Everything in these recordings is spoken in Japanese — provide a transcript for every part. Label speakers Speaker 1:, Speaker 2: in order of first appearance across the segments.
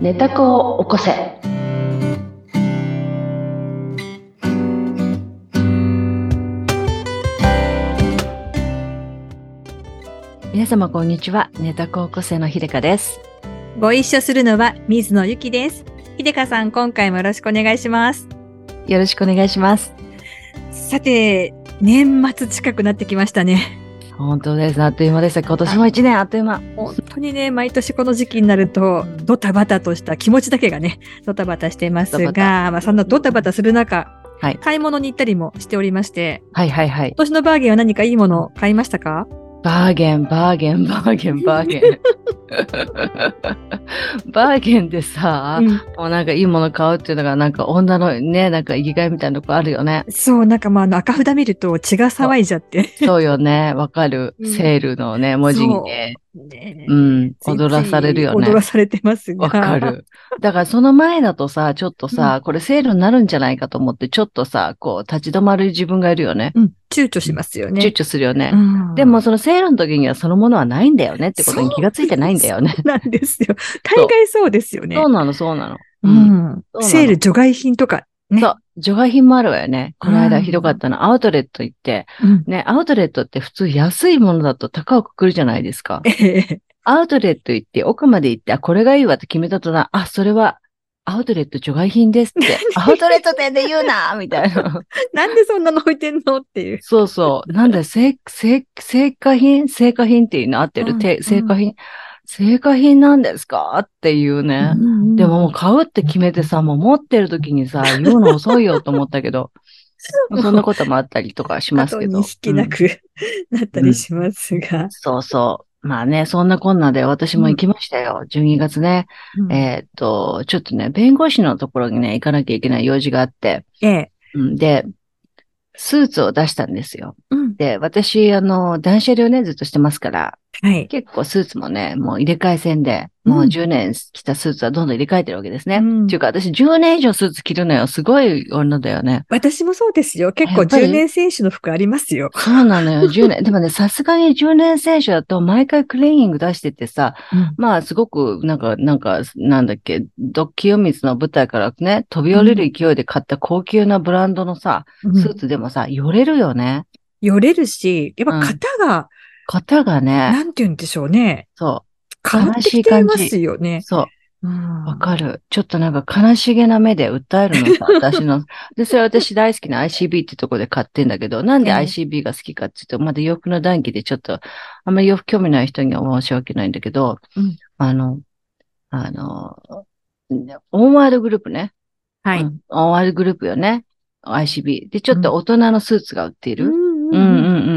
Speaker 1: 寝た子を起こせ。皆様こんにちは。寝た子を起こせのひでかです。
Speaker 2: ご一緒するのは水野ゆきです。ひでかさん、今回もよろしくお願いします。
Speaker 1: よろしくお願いします。
Speaker 2: さて、年末近くなってきましたね。
Speaker 1: 本当です。あっという間です。今年も一年あっという間。
Speaker 2: 本当にね、毎年この時期になると、ドタバタとした気持ちだけがね、ドタバタしてます
Speaker 1: ドタバ
Speaker 2: が、まあ、そんなドタバタする中、
Speaker 1: はい
Speaker 2: 買い物に行ったりもしておりまして、
Speaker 1: はいはいはい
Speaker 2: 今。年のバーゲンは何かいいものを買いましたか
Speaker 1: バーゲン、バーゲン、バーゲン、バーゲ ン。バーゲンでさ、
Speaker 2: うん
Speaker 1: もうなんかいいもの買うっていうのがなんか女のね、なんか生きがいみたいなとこあるよね。
Speaker 2: そう、なんかまあ、あの赤札見ると血が騒いじゃって。
Speaker 1: そうよね、わかる。
Speaker 2: うん
Speaker 1: セールのね、文字にね、
Speaker 2: ね
Speaker 1: うん、
Speaker 2: ついつい
Speaker 1: 踊らされるよね
Speaker 2: 踊。らされてますが。
Speaker 1: わか。る。だからその前だとさ、ちょっとさ、これセールになるんじゃないかと思って、ちょっとさ、こう立ち止まる自分がいるよね。
Speaker 2: うん、躊躇しますよね。
Speaker 1: 躊躇するよね。
Speaker 2: うん
Speaker 1: でもそのセールの時にはそのものはないんだよねってことに気がついてないんだよね。
Speaker 2: そう なんですよ。大概そうですよね。
Speaker 1: そうなの、そうなの。
Speaker 2: う
Speaker 1: うん
Speaker 2: ん
Speaker 1: そうなの
Speaker 2: セール除外品とか。ね
Speaker 1: そう、除外品もあるわよね。この間
Speaker 2: うん
Speaker 1: ひどかったの、アウトレット行って、
Speaker 2: うん
Speaker 1: ね、アウトレットって普通安いものだと高をくくるじゃないですか。
Speaker 2: ええ
Speaker 1: アウトレット行って、奥まで行って、あ、これがいいわって決めたとな、あ、それは、アウトレット除外品ですって、 アウトレット店で言う なみたいな。
Speaker 2: なんでそんなの置いてんのっていう。
Speaker 1: そうそう。なんだよ、せ、せ、成果品成果品っていうの合ってる、
Speaker 2: うん
Speaker 1: て
Speaker 2: うん
Speaker 1: 成果品成果品なんですかっていうね。でももう買うって決めてさ、もう持ってる時 にさ、言うの遅いよと思ったけど、そんなこともあったりとかし
Speaker 2: あ
Speaker 1: ます
Speaker 2: と
Speaker 1: けど。
Speaker 2: に引きなく、なったりしますが。
Speaker 1: そうそう。まあね、そんなこんなで私も行きましたよ。12月ね。
Speaker 2: うん
Speaker 1: えーっと、ちょっとね、弁護士のところにね、行かなきゃいけない用事があって、
Speaker 2: ええ
Speaker 1: うんで、スーツを出したんですよ。
Speaker 2: うん
Speaker 1: で、私、あの、断捨離をね、ずっとしてますから、
Speaker 2: はい。
Speaker 1: 結構スーツもね、もう入れ替え戦で、もう
Speaker 2: うん
Speaker 1: 10年着たスーツはどんどん入れ替えてるわけですね。
Speaker 2: うん
Speaker 1: っていうか、私10年以上スーツ着るのよ。すごい女だよね。
Speaker 2: 私もそうですよ。結構
Speaker 1: やっぱり
Speaker 2: 10年選手の服ありますよ。
Speaker 1: そうなのよ、10年。でもね、さすがに10年選手だと毎回クリーニング出しててさ、まあ、すごく、なんか、なんか、なんだっけ、ド清水の舞台からね、飛び降りる勢いで買った高級なブランドのさ、
Speaker 2: うん
Speaker 1: スーツでもさ、よれるよね。
Speaker 2: よれるし、やっぱ型が、
Speaker 1: 型がね、
Speaker 2: なんて言うんでしょうね。
Speaker 1: そ
Speaker 2: 変わってきてますよ
Speaker 1: う、
Speaker 2: ね。
Speaker 1: そう、わ
Speaker 2: わ
Speaker 1: かる。ちょっとなんか悲しげな目で訴えるの さ、私の。で、それ私大好きな ICB ってとこで買ってんだけど、なんで
Speaker 2: ええ
Speaker 1: ICB が好きかっていうと、まだ洋服の談義でちょっと、あんまり洋服興味ない人には申し訳ないんだけど、
Speaker 2: うん
Speaker 1: あの、あの、オンワードグループね。
Speaker 2: はい。
Speaker 1: うんオンワードグループよね。ICB。で、ちょっと大人のスーツが売っている。
Speaker 2: ん
Speaker 1: うんうんう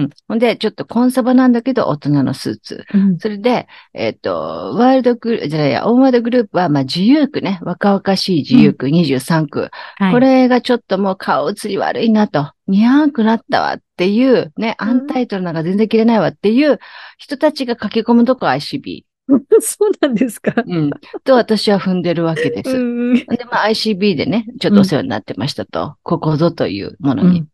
Speaker 1: ん。ほんで、ちょっとコンサバなんだけど、大人のスーツ。
Speaker 2: うん
Speaker 1: それで、えっ、と、ワールドグループ、じゃないや、オンワールドグループは、まあ、自由区ね、若々しい自由区23区。
Speaker 2: はい
Speaker 1: これがちょっともう顔映り悪いなと、似合わなくなったわっていう、ね、アンタイトルなんか全然着れないわっていう人たちが駆け込むとこ ICB。
Speaker 2: そうなんですか。
Speaker 1: うん。と私は踏んでるわけです。
Speaker 2: うんうん
Speaker 1: で、まあ ICB でね、ちょっとお世話になってましたと、ここぞというものに。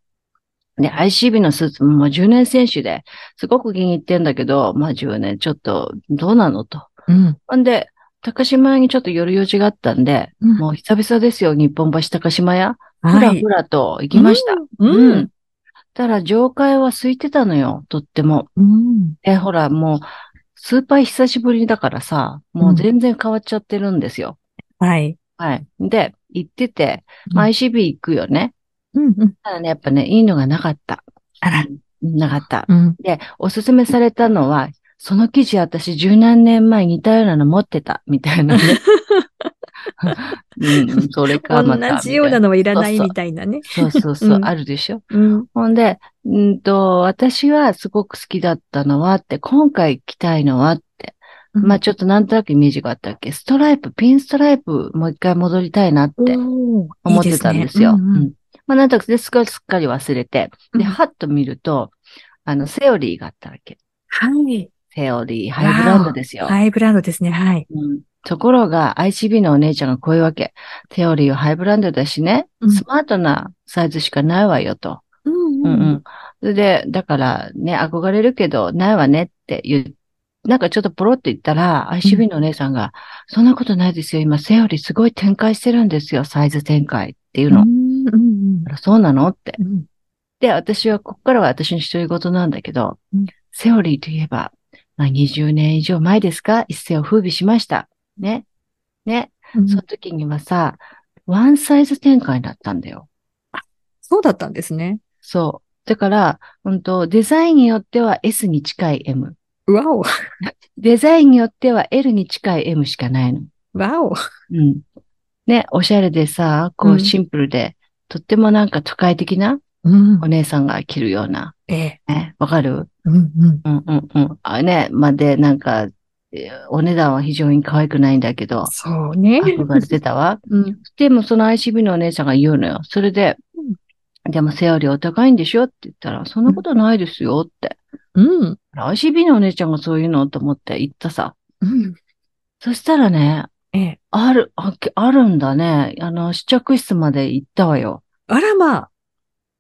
Speaker 1: で、ICB のスーツももう10年選手で、すごく気に入ってんだけど、まあ10年ちょっとどうなのと。
Speaker 2: うん
Speaker 1: ほんで、高島屋にちょっと寄る用事があったんで、
Speaker 2: うん
Speaker 1: もう久々ですよ、日本橋高島屋。ふ
Speaker 2: は
Speaker 1: ら
Speaker 2: い。
Speaker 1: ふらと行きました。
Speaker 2: う
Speaker 1: うん。
Speaker 2: ん。
Speaker 1: ただ、上階は空いてたのよ、とっても。
Speaker 2: うん。
Speaker 1: え、ほら、もう、スーパー久しぶりだからさ、もう全然変わっちゃってるんですよ。
Speaker 2: はい。
Speaker 1: はい。で、行ってて、
Speaker 2: うん
Speaker 1: まあ ICB 行くよね。
Speaker 2: うんうん。
Speaker 1: ただね、やっぱね、いいのがなかった。
Speaker 2: あら。
Speaker 1: なかった。
Speaker 2: うん。
Speaker 1: で、おすすめされたのは、その記事私十何年前似たようなの持ってた、みたい なね。 うん、それかまた。
Speaker 2: 同じようなのはいらない
Speaker 1: そうそう
Speaker 2: みたいなね。
Speaker 1: そうそうそう、
Speaker 2: うん
Speaker 1: あるでしょ。
Speaker 2: うん。
Speaker 1: ほんで、うんと、私はすごく好きだったのはって、今回着たいのはって、まあちょっとなんとなくイメージがあったっけ、ストライプ、ピンストライプ、もう一回戻りたいなって
Speaker 2: 思
Speaker 1: 思ってたんですよ。
Speaker 2: いいですねうんうん
Speaker 1: うんまあなんとなくですごいすっかり忘れて、
Speaker 2: うん
Speaker 1: で、はっと見ると、あの、セオリーがあったわけ。
Speaker 2: はい。
Speaker 1: セオリー、ハイブランドですよ。
Speaker 2: ハイブランドですね。はい。
Speaker 1: うんところが、ICB のお姉ちゃんがこういうわけ。セオリーはハイブランドだしね、
Speaker 2: うん
Speaker 1: スマートなサイズしかないわよと。
Speaker 2: う
Speaker 1: う
Speaker 2: ん
Speaker 1: んうん。それで、だからね、憧れるけど、ないわねって言うなんかちょっとポロって言ったら、ICB のお姉さんが、そんなことないですよ。今、セオリーすごい展開してるんですよ。サイズ展開っていうの。
Speaker 2: うんうん
Speaker 1: あらそうなのって。
Speaker 2: うん
Speaker 1: で、私は、ここからは私の独り言なんだけど、
Speaker 2: うん
Speaker 1: セオリーといえば、まあ、20年以上前ですか一世を風靡しました。ね。ね。
Speaker 2: うん
Speaker 1: その時にはさ、ワンサイズ展開だったんだよ。
Speaker 2: そうだったんですね。
Speaker 1: そう。だから、うんと、デザインによっては S に近い M。
Speaker 2: わお、
Speaker 1: デザインによっては L に近い M しかないの。
Speaker 2: わ
Speaker 1: う
Speaker 2: お。
Speaker 1: ん。ね、おしゃれでさ、こ
Speaker 2: うん
Speaker 1: うシンプルで、とってもなんか都会的な
Speaker 2: うん
Speaker 1: お姉さんが着るような。
Speaker 2: ええ。
Speaker 1: ね、わかる
Speaker 2: うんうん。
Speaker 1: うんうんうん。あね、まあ、で、なんか、えーお値段は非常に可愛くないんだけど、
Speaker 2: そうね。
Speaker 1: 憧れてた わ。
Speaker 2: うん。
Speaker 1: でもその ICB のお姉さんが言うのよ。それで
Speaker 2: うん、
Speaker 1: でもセオリーお高いんでしょって言ったら、そんなことないですよって。
Speaker 2: うん。
Speaker 1: ICB のお姉ちゃんがそういうのと思って行ったさ。
Speaker 2: うん。
Speaker 1: そしたらね、
Speaker 2: ええ。
Speaker 1: ある、ああるんだね。あの、試着室まで行ったわよ。
Speaker 2: あらまあ。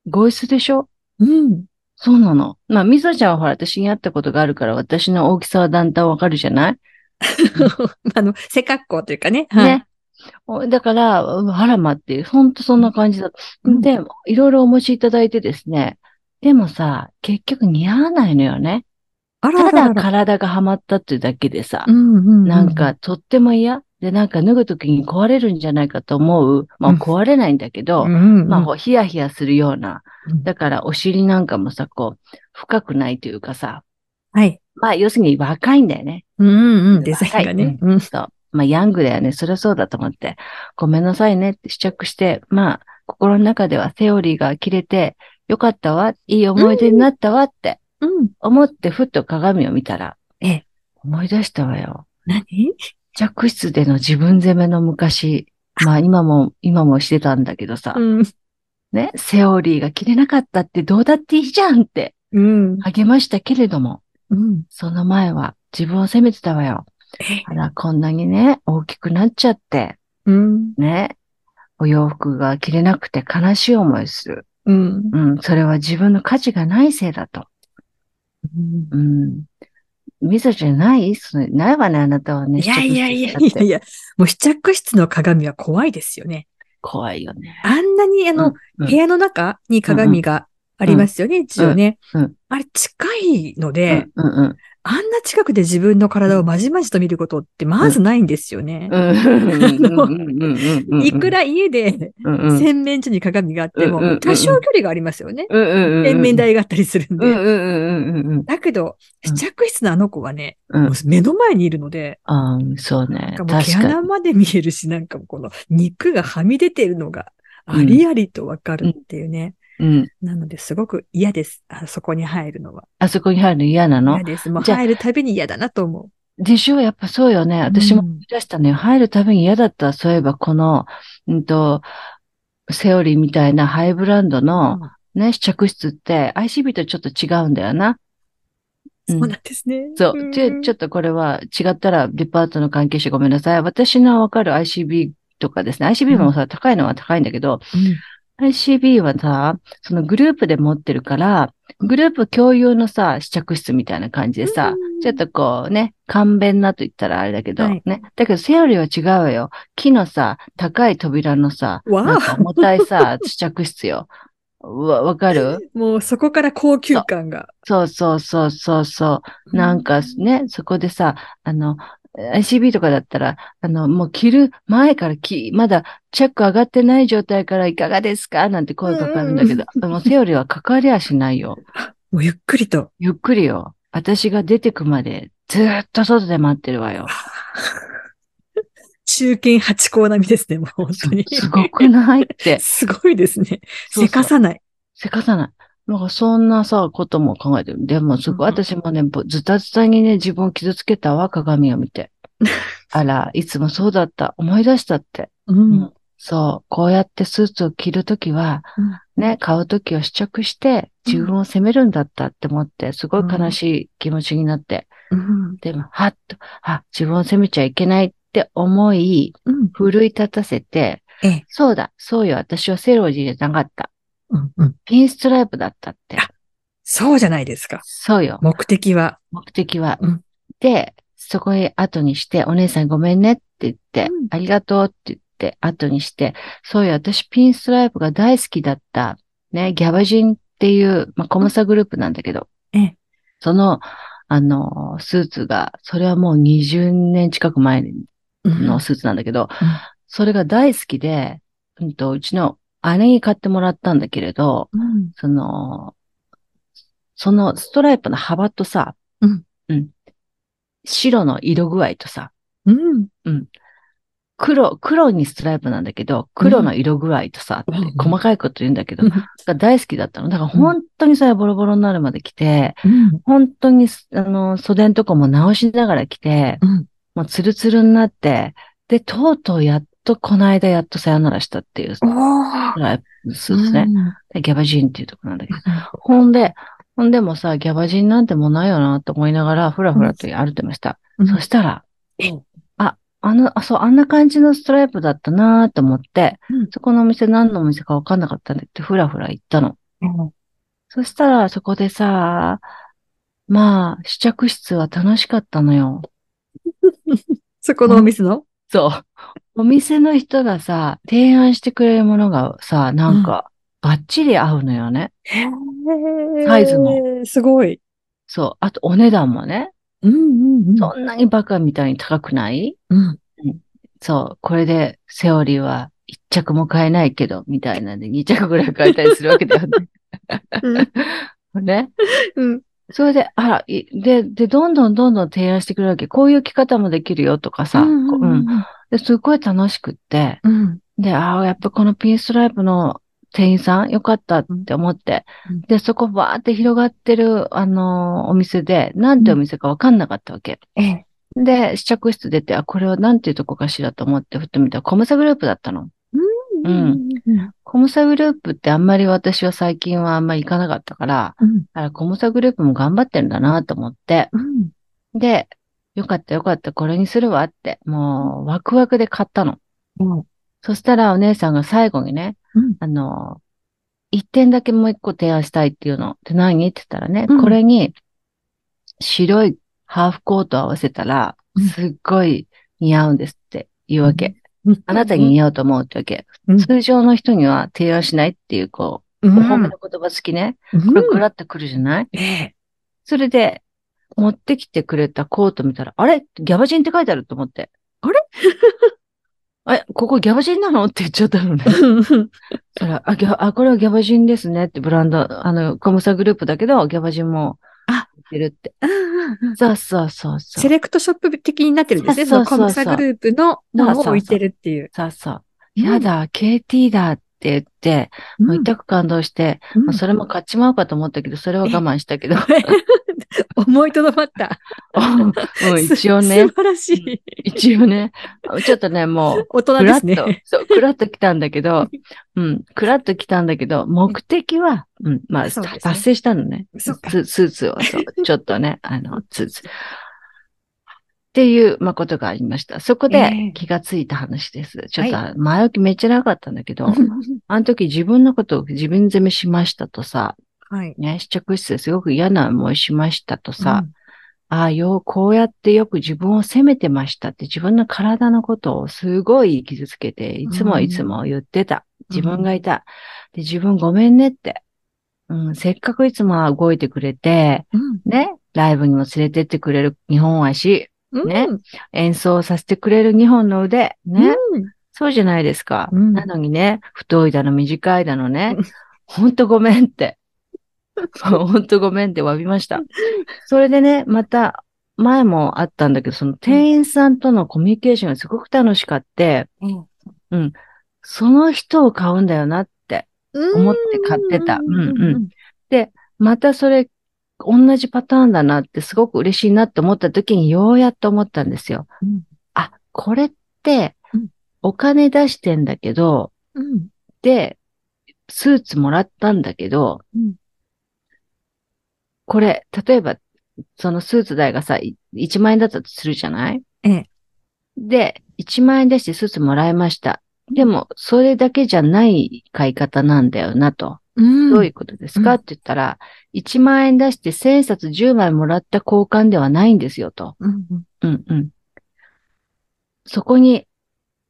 Speaker 1: ゴイスでしょ
Speaker 2: うん。
Speaker 1: そうなの。まあ、みぞちゃんはほら、私に会ったことがあるから、私の大きさはだんだんわかるじゃない
Speaker 2: あの、背格好というかね。はい。
Speaker 1: ね。おだから、うんあらまって、ほんとそんな感じだった。
Speaker 2: うん
Speaker 1: で、いろいろお持ちいただいてですね。でもさ、結局似合わないのよね。
Speaker 2: あら
Speaker 1: た
Speaker 2: あらあ
Speaker 1: だ
Speaker 2: ら。
Speaker 1: 体がハマったっていうだけでさ、
Speaker 2: んうんうん
Speaker 1: なんか、とっても嫌。で、なんか脱ぐときに壊れるんじゃないかと思う。まあ
Speaker 2: うん
Speaker 1: 壊れないんだけど、
Speaker 2: うんうん
Speaker 1: まあこうヒヤヒヤするような。
Speaker 2: うん
Speaker 1: だからお尻なんかもさ、こう、深くないというかさ、
Speaker 2: はい。
Speaker 1: まあ要するに若いんだよね。
Speaker 2: うんうんうん。デザインがね。うん。
Speaker 1: そう。まあ、ヤングだよね。そりゃそうだと思って。ごめんなさいねって試着して、まあ、心の中ではセオリーが切れて、よかったわ、いい思い出になったわって
Speaker 2: うん。
Speaker 1: 思って、ふっと鏡を見たら、
Speaker 2: ええ
Speaker 1: 思い出したわよ。
Speaker 2: 何
Speaker 1: 試着室での自分攻めの昔、まあ今も、今もしてたんだけどさ、
Speaker 2: うん。
Speaker 1: ね、セオリーが切れなかったってどうだっていいじゃんって
Speaker 2: うん。
Speaker 1: 励ましたけれども、
Speaker 2: うん。
Speaker 1: その前は自分を責めてたわよ。
Speaker 2: え
Speaker 1: あら、こんなにね、大きくなっちゃって、
Speaker 2: うん。
Speaker 1: ね。お洋服が着れなくて悲しい思いする。
Speaker 2: うん。
Speaker 1: うん。それは自分の価値がないせいだと。うん。みそじゃないそれないわね、あなたはね。
Speaker 2: いやいやいや
Speaker 1: 試着室だっ
Speaker 2: いや
Speaker 1: て
Speaker 2: いや、もう試着室の鏡は怖いですよね。
Speaker 1: 怖いよね。
Speaker 2: あんなにあの、
Speaker 1: うん
Speaker 2: 部屋の中に鏡がありますよね、一応ね
Speaker 1: うんうん。
Speaker 2: あれ近いので、
Speaker 1: うんうん
Speaker 2: あんな近くで自分の体をまじまじと見ることってまずないんですよね。
Speaker 1: うん。
Speaker 2: いく
Speaker 1: ら
Speaker 2: ら家で
Speaker 1: 洗
Speaker 2: 洗面所に鏡があって
Speaker 1: うんうんう
Speaker 2: も、
Speaker 1: ん
Speaker 2: 多少距離がありますよね。洗面。台があったりするん
Speaker 1: うん
Speaker 2: で。
Speaker 1: うんうんうんうん。
Speaker 2: だけど、
Speaker 1: う
Speaker 2: 試
Speaker 1: ん
Speaker 2: 着室のあの子はね、
Speaker 1: うん
Speaker 2: もう目の前にいるので、
Speaker 1: あーそうね。
Speaker 2: な
Speaker 1: 確
Speaker 2: んかもう毛
Speaker 1: か
Speaker 2: 穴
Speaker 1: に。
Speaker 2: まで見えるし、なんかもうこの肉がはみ出てるのがありありとわかるっていうね。
Speaker 1: うん。
Speaker 2: なのですごく嫌です。あそこに入るのは。
Speaker 1: あそこに入るの嫌なの
Speaker 2: 嫌です。もう
Speaker 1: じゃあ
Speaker 2: 入るたびに嫌だなと思う。
Speaker 1: でしょやっぱそうよね。私も思い出したね。入るたびに嫌だった。そういえば、この、うんと、セオリーみたいなハイブランドの、ね、試着室って、ICB とちょっと違うんだよな。
Speaker 2: そううんなんですね。
Speaker 1: そう。で、ちょっ
Speaker 2: っ
Speaker 1: とこれは違ったら、デパートの関係者ごめんなさい。私のわかる ICB とかですね。ICB もさ、高いのは高いんだけど、
Speaker 2: と、うん
Speaker 1: ICB はさ、そのグループで持ってるから、グループ共有のさ、試着室みたいな感じでさ、
Speaker 2: うん
Speaker 1: ちょっとこうね、勘弁なと言ったらあれだけど、
Speaker 2: はい
Speaker 1: ね。だけどセオリーは違うわよ。木のさ、高い扉のさ、
Speaker 2: わあ
Speaker 1: なんか重たいさ、試着室よ。わ、わかる
Speaker 2: もうそこから高級感が。
Speaker 1: そうそうそうそうそう。なんかね、そこでさ、あの、ICB とかだったら、あの、もう着る前から着、まだチェック上がってない状態からいかがですかなんて声かかるんだけど、もうセオリーはかかりゃしないよ。
Speaker 2: もうゆっくりと。
Speaker 1: ゆっくりよ。私が出てくまでずーっと外で待ってるわよ。
Speaker 2: 中堅八高並みですね、もう本当に。
Speaker 1: すごくないっ て。
Speaker 2: すごいですね。せか
Speaker 1: ない。
Speaker 2: さない。
Speaker 1: せかさない。なんかそんなさ、ことも考えてる。でもすごい、
Speaker 2: うんうん
Speaker 1: 私もね、ぼズタズタにね、自分を傷つけたわ、鏡を見 て。あら、いつもそうだった。思い出したって。
Speaker 2: うん。
Speaker 1: そう、こうやってスーツを着るときは、ね、買うときは試着して、自分を責めるんだったって思って、すごい悲しい気持ちになって、
Speaker 2: うん。
Speaker 1: でも、はっと、あ、自分を責めちゃいけないって思い、
Speaker 2: うん。
Speaker 1: 奮い立たせて、
Speaker 2: ええ。
Speaker 1: そうだ、そうよ、私はセロジーじゃなかった。
Speaker 2: うん。うん。
Speaker 1: ピンストライプだったって。
Speaker 2: そうじゃないですか。
Speaker 1: そうよ、
Speaker 2: 目的は。
Speaker 1: 目的は。
Speaker 2: うん
Speaker 1: して、そこへ後にして、お姉さんごめんねって言って、
Speaker 2: うん
Speaker 1: ありがとうって言って、後にして、そういう私ピンストライプが大好きだった、ね、ギャバジンっていう、まあ、コムサグループなんだけど、
Speaker 2: ええ
Speaker 1: その、あの、スーツが、それはもう20年近く前のスーツなんだけど、
Speaker 2: うん
Speaker 1: それが大好きで、うんと、うちの姉に買ってもらったんだけれど、
Speaker 2: うん
Speaker 1: その、そのストライプの幅とさ、
Speaker 2: うん。
Speaker 1: うん。白の色具合とさ、
Speaker 2: うん。
Speaker 1: 黒、黒にストライプなんだけど、黒の色具合とさ、
Speaker 2: うん
Speaker 1: って細かいこと言うんだけど、
Speaker 2: うん
Speaker 1: が大好きだったの。だから本当にそれボロボロになるまで来て、
Speaker 2: うん。
Speaker 1: 本当にす、あの、袖のとこも直しながら来て、
Speaker 2: うん
Speaker 1: もうツルツルになって、で、とうとうやっと、この間やっとさよならしたっていう、
Speaker 2: お
Speaker 1: ス
Speaker 2: ー
Speaker 1: トライプスーツね。
Speaker 2: うん
Speaker 1: でギャバジンっていうとこなんだけど。ほんで、ほんでもさ、ギャバ人なんてもうないよなと思いながら、ふらふらと歩いてました。
Speaker 2: うん
Speaker 1: そしたら
Speaker 2: え、
Speaker 1: あ、あの、あ、そう、あんな感じのストライプだったなと思って、
Speaker 2: うん
Speaker 1: そこのお店何のお店かわかんなかったんだけど、ふらふら行ったの。そしたら、そこでさ、まあ、試着室は楽しかったのよ。
Speaker 2: そこのお店の
Speaker 1: そう。 お店の人がさ、提案してくれるものがさ、なんか、バッチリ合うのよね。サイズも。
Speaker 2: すごい。
Speaker 1: そう。あと、お値段もね。
Speaker 2: うんうんうん。
Speaker 1: そんなにバカみたいに高くない
Speaker 2: うん。
Speaker 1: そう。これで、セオリーは1着も買えないけど、みたいなんで2着ぐらい買えたりするわけだよ ね。ね。
Speaker 2: うん。
Speaker 1: それで、あら、いで、で、どんどんどんどん提案してくれるわけ。こういう着方もできるよとかさ。こううん。ですっごい楽しくって。
Speaker 2: うん。
Speaker 1: で、ああ、やっぱこのピンストライプの店員さん、よかったって思って
Speaker 2: うんうん。
Speaker 1: で、そこバーって広がってる、あのーお店で、なんてお店かわかんなかったわけ。
Speaker 2: ええ。
Speaker 1: で、試着室出て、あ、これはなんていうとこかしらと思って振ってみたら、コムサグループだったの。うんコムサグループってあんまり私は最近はあんまり行かなかったから、
Speaker 2: うん。
Speaker 1: あら、コムサグループも頑張ってるんだなと思って、
Speaker 2: うん。
Speaker 1: で、よかったよかった、これにするわって、もうワクワクで買ったの。そしたらお姉さんが最後にね、
Speaker 2: うん
Speaker 1: あの、一点だけもう一個提案したいっていうの。って何って言ったらね、
Speaker 2: うん
Speaker 1: これに白いハーフコートを合わせたら
Speaker 2: うん、
Speaker 1: すっごい似合うんですって言うわけ。あなたに
Speaker 2: に
Speaker 1: 似合うと思うってわけ。
Speaker 2: うん
Speaker 1: 通常の人には提案しないっていう、こ
Speaker 2: う
Speaker 1: う、
Speaker 2: ん
Speaker 1: お褒めの言葉好きね。これぐらってくるじゃない
Speaker 2: ええ。
Speaker 1: それで、持ってきてくれたコート見たら、あれギャバジンって書いてあると思って。あ れえ、ここギャバジンなのって言っちゃったのね。そら、あ、ギャ、あ、これはギャバジンですねってブランド、あの、コムサグループだけど、ギャバジンも、
Speaker 2: あ、
Speaker 1: ってるって。そうそうそうそう。
Speaker 2: セレクトショップ的になってるんですね。そのコムサグループののを置いてるっていう。
Speaker 1: そうそう。やだ、KT だって言って、もう痛く感動して、まあそれも買っちまうかと思ったけど、それは我慢したけど、
Speaker 2: 思いとどまった。
Speaker 1: うんうん一 応ね
Speaker 2: 素、晴らしい。
Speaker 1: 一応ね、ちょっとね、もう、
Speaker 2: 大
Speaker 1: く
Speaker 2: 人で
Speaker 1: らっ
Speaker 2: す
Speaker 1: と、
Speaker 2: ね。
Speaker 1: そう、くらっと来たんだけ ど、うん、くらっと来たんだけど、目的は、うん、まあ、
Speaker 2: そうですね
Speaker 1: 達成したのね。
Speaker 2: そうか
Speaker 1: ススーツを、 そう、ちょっとね、あの、スーツ。っていう、まあ、ことがありました。そこ
Speaker 2: え
Speaker 1: で
Speaker 2: え
Speaker 1: 気がついた話です。ちょっと、前置きめっちゃ長かったんだけど、
Speaker 2: は
Speaker 1: あの時自分のことを自分責めしましたとさ、
Speaker 2: い。
Speaker 1: ね、試着室ですごく嫌な思いしましたとさ、ああ、よう、こうやってよく自分を責めてましたって、自分の体のことをすごい傷つけて、いつもいつも言ってた。
Speaker 2: うん
Speaker 1: 自分がいた。で、自分ごめんねって。うん、せっかくいつもは動いてくれて、
Speaker 2: うん。
Speaker 1: ね、ライブにも連れてってくれる日本足、
Speaker 2: うん。
Speaker 1: ね演奏させてくれる日本の腕、ね、そうじゃないですか。
Speaker 2: うん
Speaker 1: なのにね、太いだの短いだのね、ほんとごめんって。ほんとごめんって詫びま した。それでね、また、前もあったんだけど、その店員さんとのコミュニケーションがすごく楽しかって、
Speaker 2: うん。
Speaker 1: その人を買うんだよなって。思って買ってたうんうん。またそれ、同じパターンだなってすごく嬉しいなって思った時にようやっと思ったんですよ。
Speaker 2: うん
Speaker 1: あ、これって
Speaker 2: うん、
Speaker 1: お金出してんだけど、
Speaker 2: うん。
Speaker 1: で、スーツもらったんだけど、
Speaker 2: うん
Speaker 1: これ、例えば、そのスーツ代がさ、い1万円だったとするじゃない
Speaker 2: ええ
Speaker 1: で、1万円出してスーツもらいました。でも、それだけじゃない買い方なんだよなと。
Speaker 2: うん
Speaker 1: どういうことですか
Speaker 2: うん
Speaker 1: って言ったら、1万円出して1000円札10枚もらった交換ではないんですよと。
Speaker 2: うんうん
Speaker 1: うんうん。そこに、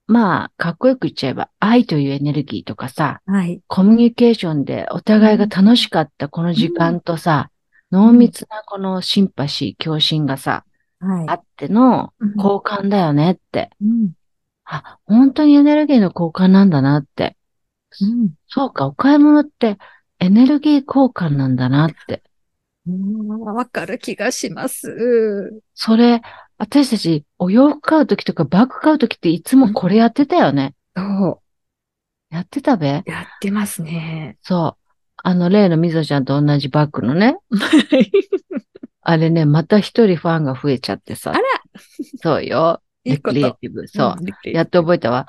Speaker 1: まあ、かっこよく言っちゃえば、愛というエネルギーとかさ、
Speaker 2: はい。
Speaker 1: コミュニケーションでお互いが楽しかったこの時間とさ、濃密なこのシンパシー、共振がさ、
Speaker 2: はい。
Speaker 1: あっての
Speaker 2: うん
Speaker 1: 交換だよねって。
Speaker 2: うん。
Speaker 1: あ、本当にエネルギーの交換なんだなって。
Speaker 2: うん
Speaker 1: そうか、お買い物ってエネルギー交換なんだなって。
Speaker 2: うん。わかる気がします。
Speaker 1: それ、私たちお洋服買うときとかバッグ買うときっていつもこれやってたよね。
Speaker 2: そ
Speaker 1: やってたべ
Speaker 2: う。やってますね。
Speaker 1: そう。あの、例のみぞちゃんと同じバッグのね。あれね、また一人ファンが増えちゃってさ
Speaker 2: あ。ら
Speaker 1: そうよ。
Speaker 2: いい
Speaker 1: レ
Speaker 2: こ
Speaker 1: クリエイ
Speaker 2: と。
Speaker 1: ティブ。そう。
Speaker 2: ん。
Speaker 1: やっと覚えたわ。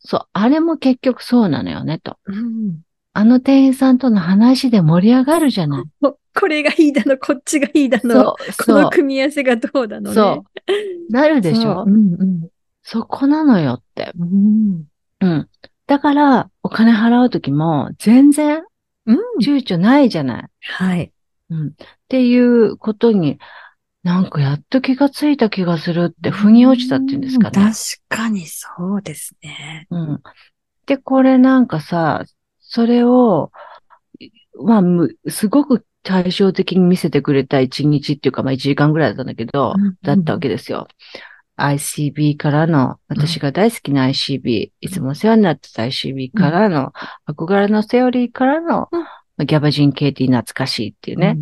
Speaker 1: そう。あれも結局そうなのよね、と。
Speaker 2: うん
Speaker 1: あの店員さんとの話で盛り上がるじゃない。
Speaker 2: もうこれがいいだの、こっちがいいだの、
Speaker 1: そう、
Speaker 2: こ
Speaker 1: そ
Speaker 2: の組み合わせがどうだ
Speaker 1: う、
Speaker 2: のね。
Speaker 1: そう。なるでし
Speaker 2: そう
Speaker 1: ょ
Speaker 2: うんうん
Speaker 1: そこなのよって。
Speaker 2: うん。
Speaker 1: うん。だから、お金払うときも、全然、
Speaker 2: うん。
Speaker 1: 躊躇ないじゃない。っ
Speaker 2: はい。
Speaker 1: ていうことに、なんかやっと気がついた気がするって、腑に落ちたっていうんですか
Speaker 2: う
Speaker 1: ね
Speaker 2: 確。かにそうですね。
Speaker 1: うん。で、これなんかさ、それを、まあ、むすごく対照的に見せてくれた1日っていうか、まあ1時間ぐらいだったんだけど、だったわけですよ。ICB からの、私が大好きな ICB、いつもお世話になってた ICB からの、憧れのセオリーからの、
Speaker 2: うん
Speaker 1: まあギャバジン KT 懐かしいっていううんね、っ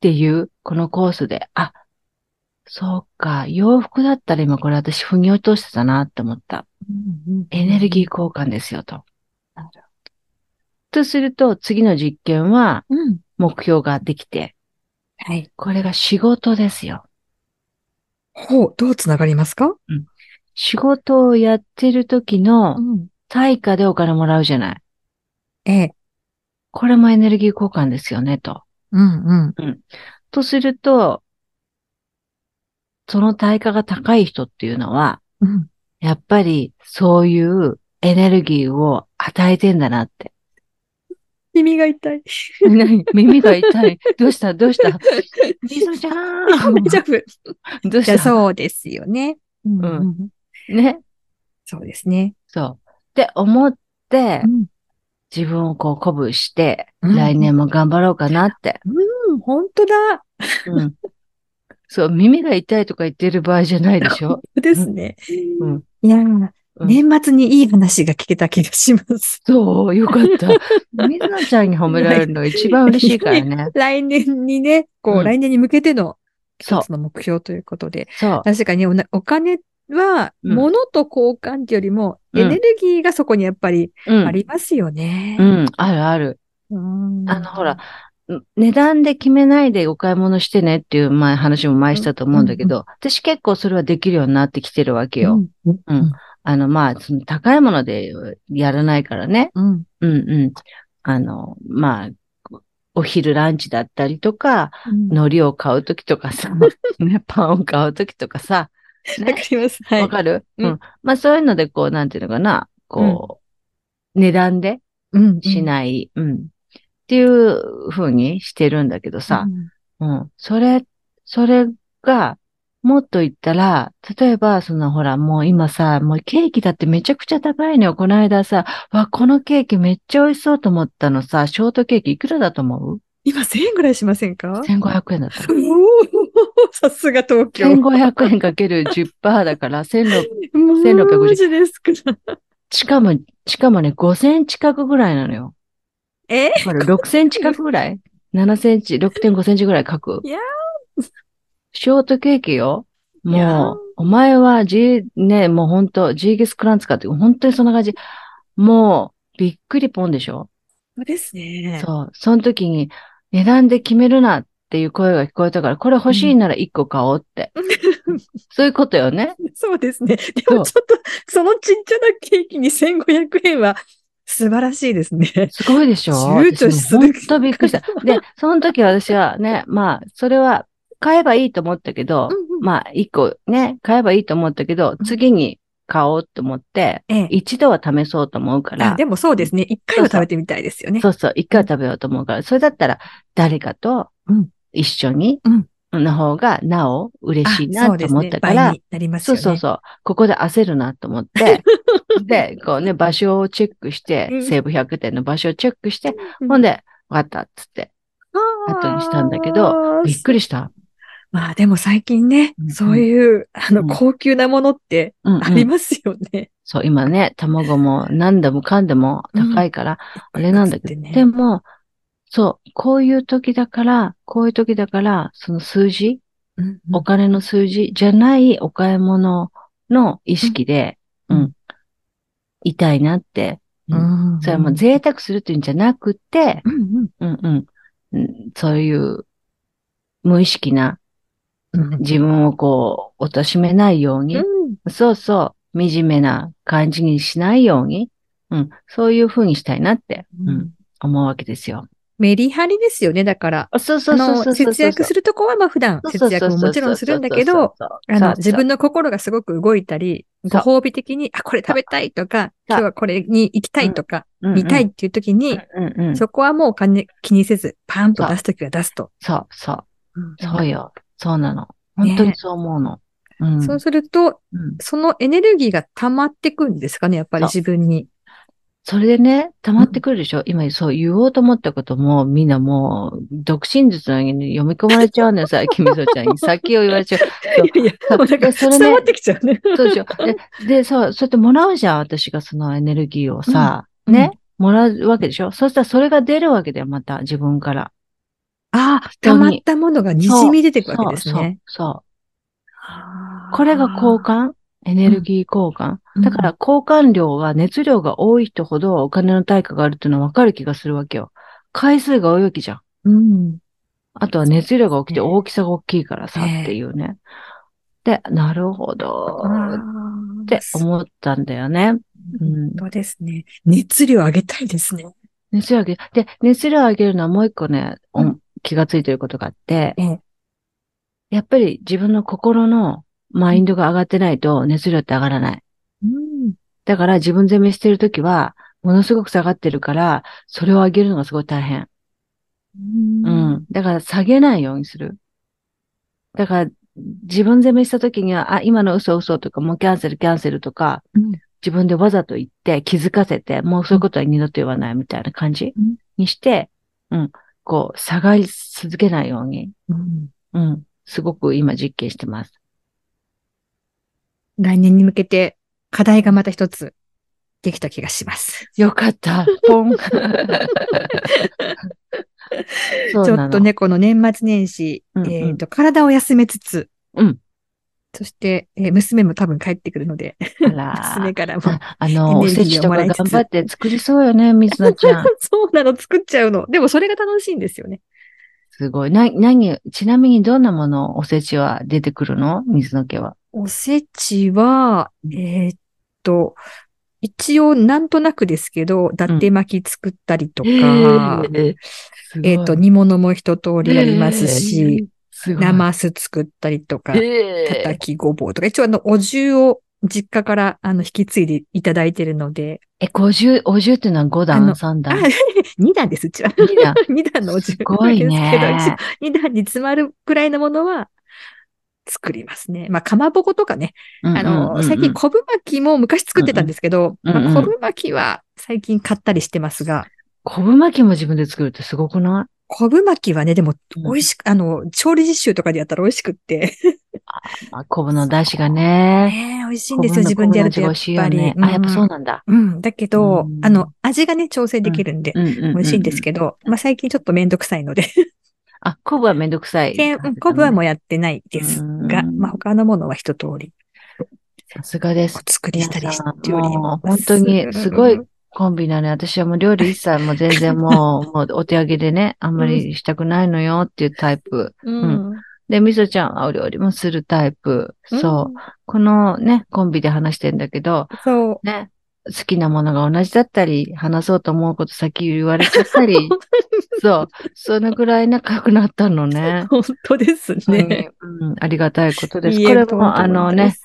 Speaker 1: ていう、このコースで、あ、そうか、洋服だったら今これ私腑に落としてたなって思った。
Speaker 2: うんうん
Speaker 1: エネルギー交換ですよと。
Speaker 2: なる
Speaker 1: とすると、次の実験は
Speaker 2: うん。
Speaker 1: 目標ができて、
Speaker 2: はい。
Speaker 1: これが仕事ですよ。
Speaker 2: ほう、どうつながりますか
Speaker 1: 仕事をやってる時の
Speaker 2: ん。
Speaker 1: 対価でお金もらうじゃない。
Speaker 2: ええ。
Speaker 1: これもエネルギー交換ですよね、と。
Speaker 2: うんうん。
Speaker 1: とすると、その対価が高い人っていうのは、
Speaker 2: うん。
Speaker 1: やっぱりそういうエネルギーを与えてんだな って。
Speaker 2: 耳が痛い。
Speaker 1: 何耳が痛い。どうしたどう したみそちゃん
Speaker 2: 大丈夫。
Speaker 1: どう
Speaker 2: じゃ
Speaker 1: し
Speaker 2: あ
Speaker 1: た
Speaker 2: そうですよね。うん
Speaker 1: うん
Speaker 2: うん
Speaker 1: ね。
Speaker 2: そうですね。
Speaker 1: そう。って思って
Speaker 2: う、ん
Speaker 1: 自分をこう鼓舞して、
Speaker 2: うん
Speaker 1: 来年も頑張ろうかなって。
Speaker 2: うん、本当だ。
Speaker 1: うんそう、耳が痛いとか言ってる場合じゃないでしょ
Speaker 2: 本当ですね。
Speaker 1: うん
Speaker 2: いやー、
Speaker 1: うん
Speaker 2: 年末にいい話が聞けた気がします。
Speaker 1: そう、よかった。水野ちゃんに褒められるのが一番嬉しいからね。
Speaker 2: 来年にね、こう、
Speaker 1: うん
Speaker 2: 来年に向けての
Speaker 1: そ
Speaker 2: 一
Speaker 1: う
Speaker 2: つ、の目標ということで、
Speaker 1: そう。
Speaker 2: 確かにおなお金は
Speaker 1: うん
Speaker 2: 物と交換っていうよりも、
Speaker 1: うん
Speaker 2: エネルギーがそこにやっぱり
Speaker 1: うん
Speaker 2: ありますよね。
Speaker 1: うん、あるある。
Speaker 2: うん
Speaker 1: あのほら、ん値段で決めないでお買い物してねっていう前話も前したと思うんだけど、私結構それはできるようになってきてるわけよ。
Speaker 2: うんうん
Speaker 1: あの、まあ、その高いものでやらないからね。
Speaker 2: うん
Speaker 1: うんうん。あの、まあ、お昼ランチだったりとか、
Speaker 2: うんわ
Speaker 1: 海苔を買うときとかさ、ね、パンを買うときとかさ、ね
Speaker 2: かります。はい
Speaker 1: わ。かる、
Speaker 2: うん
Speaker 1: うん。まあそういうので、こう、なんていうのかな、こう、値段で
Speaker 2: うん
Speaker 1: しない、うん、っていう風にしてるんだけどさ、うん、それ、それが、もっと言ったら、例えば、そのほら、もう今さ、もうケーキだってめちゃくちゃ高いのよ。この間さ、わ、このケーキめっちゃ美味しそうと思ったのさ、ショートケーキいくらだと思う
Speaker 2: 今1000円ぐらいしませんか
Speaker 1: ?1500 円だったの。
Speaker 2: おーさすが東京。
Speaker 1: 1500円かける10%だから、16001650
Speaker 2: マジですか。
Speaker 1: しかも、しかもね、5センチ角ぐらいなのよ。
Speaker 2: え
Speaker 1: だから6センチ角ぐらい ?7 センチ、6.5センチぐらい角。
Speaker 2: いや
Speaker 1: ショートケーキよ。
Speaker 2: いや
Speaker 1: も
Speaker 2: ー
Speaker 1: う、お前は G、ね、もうほんと、ジーゲスクランツかって、本当にそんな感じ。もう、びっくりポンでしょ
Speaker 2: そうですね。
Speaker 1: そう。その時に、値段で決めるなっていう声が聞こえたから、これ欲しいなら1個買おうって。そういうことよね。
Speaker 2: そうですね。でもちょっと、そのちっちゃなケーキに1500円は素晴らしいですね。
Speaker 1: すごいでしょ
Speaker 2: 躊躇する
Speaker 1: 本当びっくりした。で、その時私はね、まあ、それは買えばいいと思ったけど、まあ、一個ね、買えばいいと思ったけど、次に買おうと思って、
Speaker 2: ええ。
Speaker 1: 一度は試そうと思うか
Speaker 2: あ
Speaker 1: ら、
Speaker 2: でもそうですね。一回は食べてみたいですよね。
Speaker 1: そうそう、一回は食べようと思うから、それだったら誰かと
Speaker 2: うん
Speaker 1: 一緒に
Speaker 2: うん、
Speaker 1: の方がなお嬉
Speaker 2: あ
Speaker 1: しいなと思ったか
Speaker 2: そうですね。倍
Speaker 1: ら、
Speaker 2: になります
Speaker 1: そ
Speaker 2: よ
Speaker 1: う
Speaker 2: ね。
Speaker 1: そうそう。ここで焦るなと思 って、で、こうね、場所をチェックして、
Speaker 2: うん
Speaker 1: 西武百店の場所をチェックして、
Speaker 2: うん
Speaker 1: ほんで、わかったっつって、後にしたんだけど
Speaker 2: あー
Speaker 1: びっくりした。
Speaker 2: まあでも最近ね
Speaker 1: う、ん
Speaker 2: そういう、あの、
Speaker 1: うん
Speaker 2: 高級なものって
Speaker 1: うん、うん
Speaker 2: ありますよね。
Speaker 1: そう、今ね、卵も何でもかんでも高いから、あれなんだけど、
Speaker 2: ね
Speaker 1: でも、そう、こういう時だから、こういう時だから、その数字、
Speaker 2: うんうん
Speaker 1: お金の数字じゃないお買い物の意識で、
Speaker 2: う
Speaker 1: うんん、痛いなって。
Speaker 2: うん
Speaker 1: それはもう贅沢するっていうんじゃなくて、
Speaker 2: うん
Speaker 1: う
Speaker 2: うん
Speaker 1: んうんうん、そういう無意識な
Speaker 2: うん
Speaker 1: 自分をこう、貶としめないように、
Speaker 2: うん
Speaker 1: そうそう、惨めな感じにしないように、うん、そういう風にしたいなって、うん思うわけですよ。
Speaker 2: メリハリですよね、だから。
Speaker 1: あそうそ
Speaker 2: あ
Speaker 1: うそう
Speaker 2: の
Speaker 1: そうそうそう。
Speaker 2: 節約するとこはまあ普段
Speaker 1: そうそうそうそう、
Speaker 2: 節約ももちろんするんだ
Speaker 1: そ
Speaker 2: け
Speaker 1: う
Speaker 2: ど、
Speaker 1: そうそうそう
Speaker 2: あの
Speaker 1: そうそう
Speaker 2: 自分の心がすごく動いたり、ご
Speaker 1: そう
Speaker 2: 褒美的に、あ、これ食べたいとか、
Speaker 1: そう
Speaker 2: 今日はこれに行きたいとか、
Speaker 1: うんうん
Speaker 2: 見たいっていう時に、
Speaker 1: うんうん、そ
Speaker 2: そこはもうお金気にせず、パーンと出すときは出すと。
Speaker 1: うそう。そうよ。そうなの。本当にそう思うの。うん。
Speaker 2: そうすると、
Speaker 1: うん
Speaker 2: そのエネルギーが溜まってくんですかね、やっぱり
Speaker 1: そ
Speaker 2: 自分に。
Speaker 1: それでね、溜まってくるでしょ、今そう言おうと思ったことも、みんなもう、独身術のように読み込まれちゃうのよ、さ、きみそち ゃんに。先を言われちゃう。そう
Speaker 2: いやいや、
Speaker 1: そう
Speaker 2: もうなんか
Speaker 1: でそれね
Speaker 2: 伝わってきちゃうね。
Speaker 1: そうでしょ。で、でそう、そうやってもらうじゃん、私がそのエネルギーをさ、
Speaker 2: うん
Speaker 1: ね、もらうわけでしょそしたらそれが出るわけだよ、また、自分から。
Speaker 2: ああ、溜まったものがにじみ出てくわけですね。
Speaker 1: そう、そうそ
Speaker 2: あ
Speaker 1: う。
Speaker 2: ー
Speaker 1: これが交、換エネルギー交換、
Speaker 2: うん
Speaker 1: だから、交換量は熱量が多い人ほどお金の対価があるっていうのはわかる気がするわけよ。回数が多いわけじゃん。
Speaker 2: うん。
Speaker 1: あとは熱量が大きくて
Speaker 2: そうですね
Speaker 1: 大きさが大きいからさっ
Speaker 2: ええ
Speaker 1: ていうね。で、なるほどっ
Speaker 2: って
Speaker 1: 思ったんだよね。うん
Speaker 2: 本当ですね。熱量上げたいですね。
Speaker 1: 熱量上げ、で、熱量上げるのはもう一個ね、お
Speaker 2: うん
Speaker 1: 気がついてることがあって
Speaker 2: ええ、
Speaker 1: やっぱり自分の心のマインドが上がってないと熱量って上がらない。
Speaker 2: うん。
Speaker 1: だから自分攻めしてるときは、ものすごく下がってるから、それを上げるのがすごい大変。う
Speaker 2: うん
Speaker 1: ん。だから下げないようにする。だから、自分攻めした時には、あ、今の嘘嘘とか、もうキャンセルキャンセルとか、
Speaker 2: うん
Speaker 1: 自分でわざと言って気づかせて、もうそういうことは二度と言わないみたいな感じ、
Speaker 2: うん
Speaker 1: にして、うん。こう、下がり続けないように、
Speaker 2: うん
Speaker 1: うん。すごく今実験してます。
Speaker 2: 来年に向けて課題がまた一つできた気がします。
Speaker 1: よかった。ポン。 そう
Speaker 2: ちょ
Speaker 1: な
Speaker 2: っ
Speaker 1: の
Speaker 2: と。ね、この年末年始、
Speaker 1: うんうん
Speaker 2: えっ、と、体を休めつつ、
Speaker 1: うん
Speaker 2: そして、えー娘も多分帰ってくるので、
Speaker 1: あら
Speaker 2: 娘からも。
Speaker 1: あの、おせちとか頑張って作りそうよね、水野ちゃん。
Speaker 2: そうなの、作っちゃうの。でも、それが楽しいんですよね。
Speaker 1: すごい。な、何、ちなみにどんなもの、おせちは出てくるの水野家は。
Speaker 2: おせちは、
Speaker 1: うん
Speaker 2: えーっと、一応なんとなくですけど、だって巻き作ったりと
Speaker 1: と
Speaker 2: か、
Speaker 1: え
Speaker 2: えーっと、煮物も一通りやりますし、、
Speaker 1: すごい。
Speaker 2: なます作ったりとか、
Speaker 1: え
Speaker 2: 叩きごぼうとか、一応あの、お重を実家からあの引き継いでいただいてるので、
Speaker 1: え、50、50っていうのは5
Speaker 2: あ
Speaker 1: 段、
Speaker 2: の
Speaker 1: 3
Speaker 2: あ
Speaker 1: 段、
Speaker 2: 2段です、うちは。
Speaker 1: 2段。
Speaker 2: 2段のお重
Speaker 1: すごい
Speaker 2: ですけ
Speaker 1: ね。
Speaker 2: ど、2段に詰まるくらいのものは作りますね。まあ、かまぼことかね、あの、最近昆布巻きも昔作ってたんですけど、
Speaker 1: うんうん
Speaker 2: まあ
Speaker 1: うんうん
Speaker 2: 昆布巻きは最近買ったりしてますが、
Speaker 1: 昆布巻きも自分で作るってすごくな
Speaker 2: 昆布巻きはね、でも
Speaker 1: うん
Speaker 2: 美味しく、あの、調理実習とかでやったら美味しくって、
Speaker 1: いあ昆布の出汁がね。
Speaker 2: ねえ美味しいんですよ、自分でやるとやっぱり。
Speaker 1: ね、あ、やっぱそう
Speaker 2: うん
Speaker 1: なんだ。
Speaker 2: うん、だけど、
Speaker 1: うん
Speaker 2: あの、味がね、調整できるんで、
Speaker 1: うんうんうん
Speaker 2: 美味しいんです
Speaker 1: ど。
Speaker 2: けど、まあ最近ちょっとめんどくさいので、
Speaker 1: あ、昆布はめんどくさい。
Speaker 2: でうん 昆布はもうやってないですが、
Speaker 1: うん
Speaker 2: まあ他のものは一通り
Speaker 1: さすがです
Speaker 2: お。作りしたりしており
Speaker 1: も
Speaker 2: ます。
Speaker 1: う本当にすごいコンビなのに、私はもう料理一切もう全然も う、もうお手上げでね、あんまりしたくないのよっていうタイプ。
Speaker 2: うん。
Speaker 1: で、みそちゃんはお料理もするタイプ。そう。
Speaker 2: う
Speaker 1: このね、コンビで話してんだけど、
Speaker 2: ん。そう。
Speaker 1: ね、好きなものが同じだったり、話そうと思うこと先言われちゃった り、そう。そのぐらい仲良くなったのね。
Speaker 2: 本当です
Speaker 1: 本当
Speaker 2: ね。
Speaker 1: にうん、ありがたいことです。
Speaker 2: いいえ
Speaker 1: これ
Speaker 2: とんでも
Speaker 1: も、あの
Speaker 2: ない
Speaker 1: ね
Speaker 2: で、す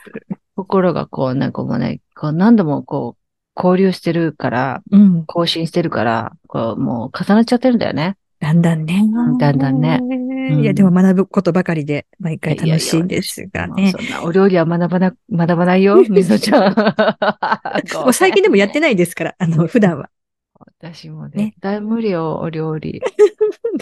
Speaker 1: 心がこう、なんかもうね、こう何度もこう、交流してるから、
Speaker 2: うん。
Speaker 1: 更新してるから、こう、もう重なっちゃってるんだよね。
Speaker 2: だんだんね。
Speaker 1: だんだんねうん
Speaker 2: いや、でも学ぶことばかりで、毎回
Speaker 1: いやいや
Speaker 2: 楽しいんですが
Speaker 1: もう
Speaker 2: ね。
Speaker 1: そんなお料理は学ばな、学ばないよ、みぞちゃん。
Speaker 2: もう最近でもやってないですから、あの、普段は。
Speaker 1: 私も
Speaker 2: ね
Speaker 1: ね、大無理よ、お料理。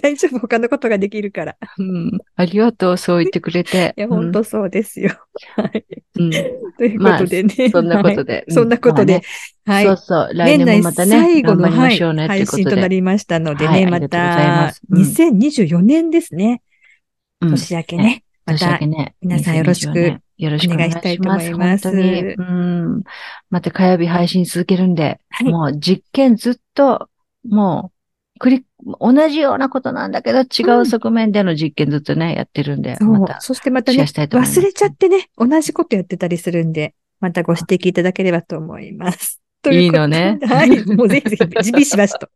Speaker 2: 大丈夫、他のことができるから。
Speaker 1: う
Speaker 2: い
Speaker 1: ん。ありがとう、そう言ってくれて。
Speaker 2: や、本当そうですよ。はい。
Speaker 1: うん。
Speaker 2: ということでね。
Speaker 1: うんそんなこと
Speaker 2: で。
Speaker 1: で。
Speaker 2: そんなことで。
Speaker 1: まあね。
Speaker 2: はい
Speaker 1: そう。そう、来年もまたね、
Speaker 2: 最後
Speaker 1: 頑
Speaker 2: の、
Speaker 1: 張り
Speaker 2: は
Speaker 1: ま
Speaker 2: い、
Speaker 1: しょうね、とい
Speaker 2: 配
Speaker 1: うこと
Speaker 2: 信とな
Speaker 1: で。
Speaker 2: りましたので
Speaker 1: はい
Speaker 2: ね、
Speaker 1: あ
Speaker 2: ま
Speaker 1: りがとうございま
Speaker 2: た
Speaker 1: す、うん
Speaker 2: 2024年ですね。
Speaker 1: うん
Speaker 2: 年明けね。ま
Speaker 1: 年明
Speaker 2: た
Speaker 1: け、ね
Speaker 2: 皆さんよろしく
Speaker 1: 2024年よろしくお願いし
Speaker 2: お願いしたいと思い
Speaker 1: ま。
Speaker 2: ますす
Speaker 1: 本当に。うん。また火曜日配信続けるんで、
Speaker 2: はい
Speaker 1: もう実験ずっと、もう、クリ同じようなことなんだけど、違う側面での実験ずっとね、やってるんで、
Speaker 2: そう、
Speaker 1: また、
Speaker 2: そしてまた
Speaker 1: シェ
Speaker 2: ね
Speaker 1: ア、したいと思います。
Speaker 2: 忘れちゃってね、同じことやってたりするんで、またご指摘いただければと思います。と
Speaker 1: いいう
Speaker 2: こと
Speaker 1: のね
Speaker 2: はい。もうぜひぜひ、ビシバシと、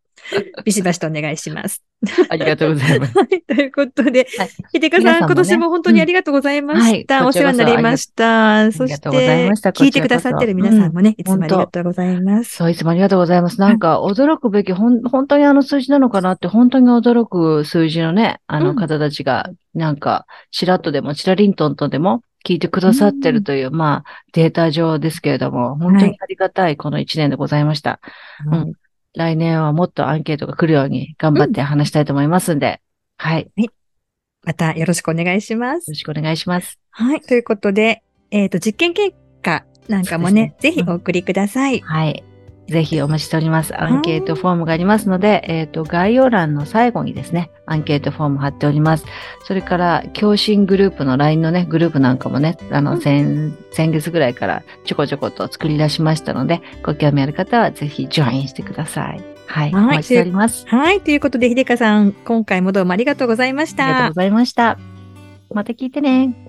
Speaker 2: ビシバシとお願い します。
Speaker 1: ありがとうございます。
Speaker 2: はい。ということで、
Speaker 1: はい
Speaker 2: ひでかさん、
Speaker 1: 皆さんもね
Speaker 2: 今年も本当にありがとうございました。
Speaker 1: うんはい
Speaker 2: お世話になりました。
Speaker 1: ちらこそあ
Speaker 2: そ
Speaker 1: りが
Speaker 2: して、
Speaker 1: とうございました
Speaker 2: 聞いてくださってる皆さんもね、いつもありがとうございます。
Speaker 1: そう、いつもありがとうございます。なんか、驚くべき、ほん、本当にあの数字なのかなって、本当に驚く数字のね、あ
Speaker 2: う
Speaker 1: の
Speaker 2: ん
Speaker 1: 方たちが、なんか、ちらっとでも、ちらりんとんとでも、聞いてくださってるという、まあ、データ上ですけれども、本当にありがたい、この一年でございました。うん
Speaker 2: はい
Speaker 1: 来年はもっとアンケートが来るように、頑張って話したいと思いますんで、はい。よ
Speaker 2: またよろしくお願いします
Speaker 1: ろ。しくお願いします。
Speaker 2: はい。ということで、えっ、と、実験結果なんかもね、
Speaker 1: そうで
Speaker 2: ぜ
Speaker 1: すね
Speaker 2: ひお送りください。
Speaker 1: はい。ぜひお待ちしております。アンケートフォームがありますので、えっ、と、概要欄の最後にですね、アンケートフォーム貼っております。それから、共振グループの LINE のね、グループなんかもね、あ
Speaker 2: う
Speaker 1: の、
Speaker 2: ん
Speaker 1: 先、先月ぐらいからちょこちょこと作り出しましたので、ご興味ある方はぜひジョインしてください。はい。
Speaker 2: はい
Speaker 1: お待ちしております。
Speaker 2: はい。ということで、ひでかさん、今回もどうもありがとうございまし
Speaker 1: ありがとう
Speaker 2: た
Speaker 1: ご。ざいました。また聞いてね。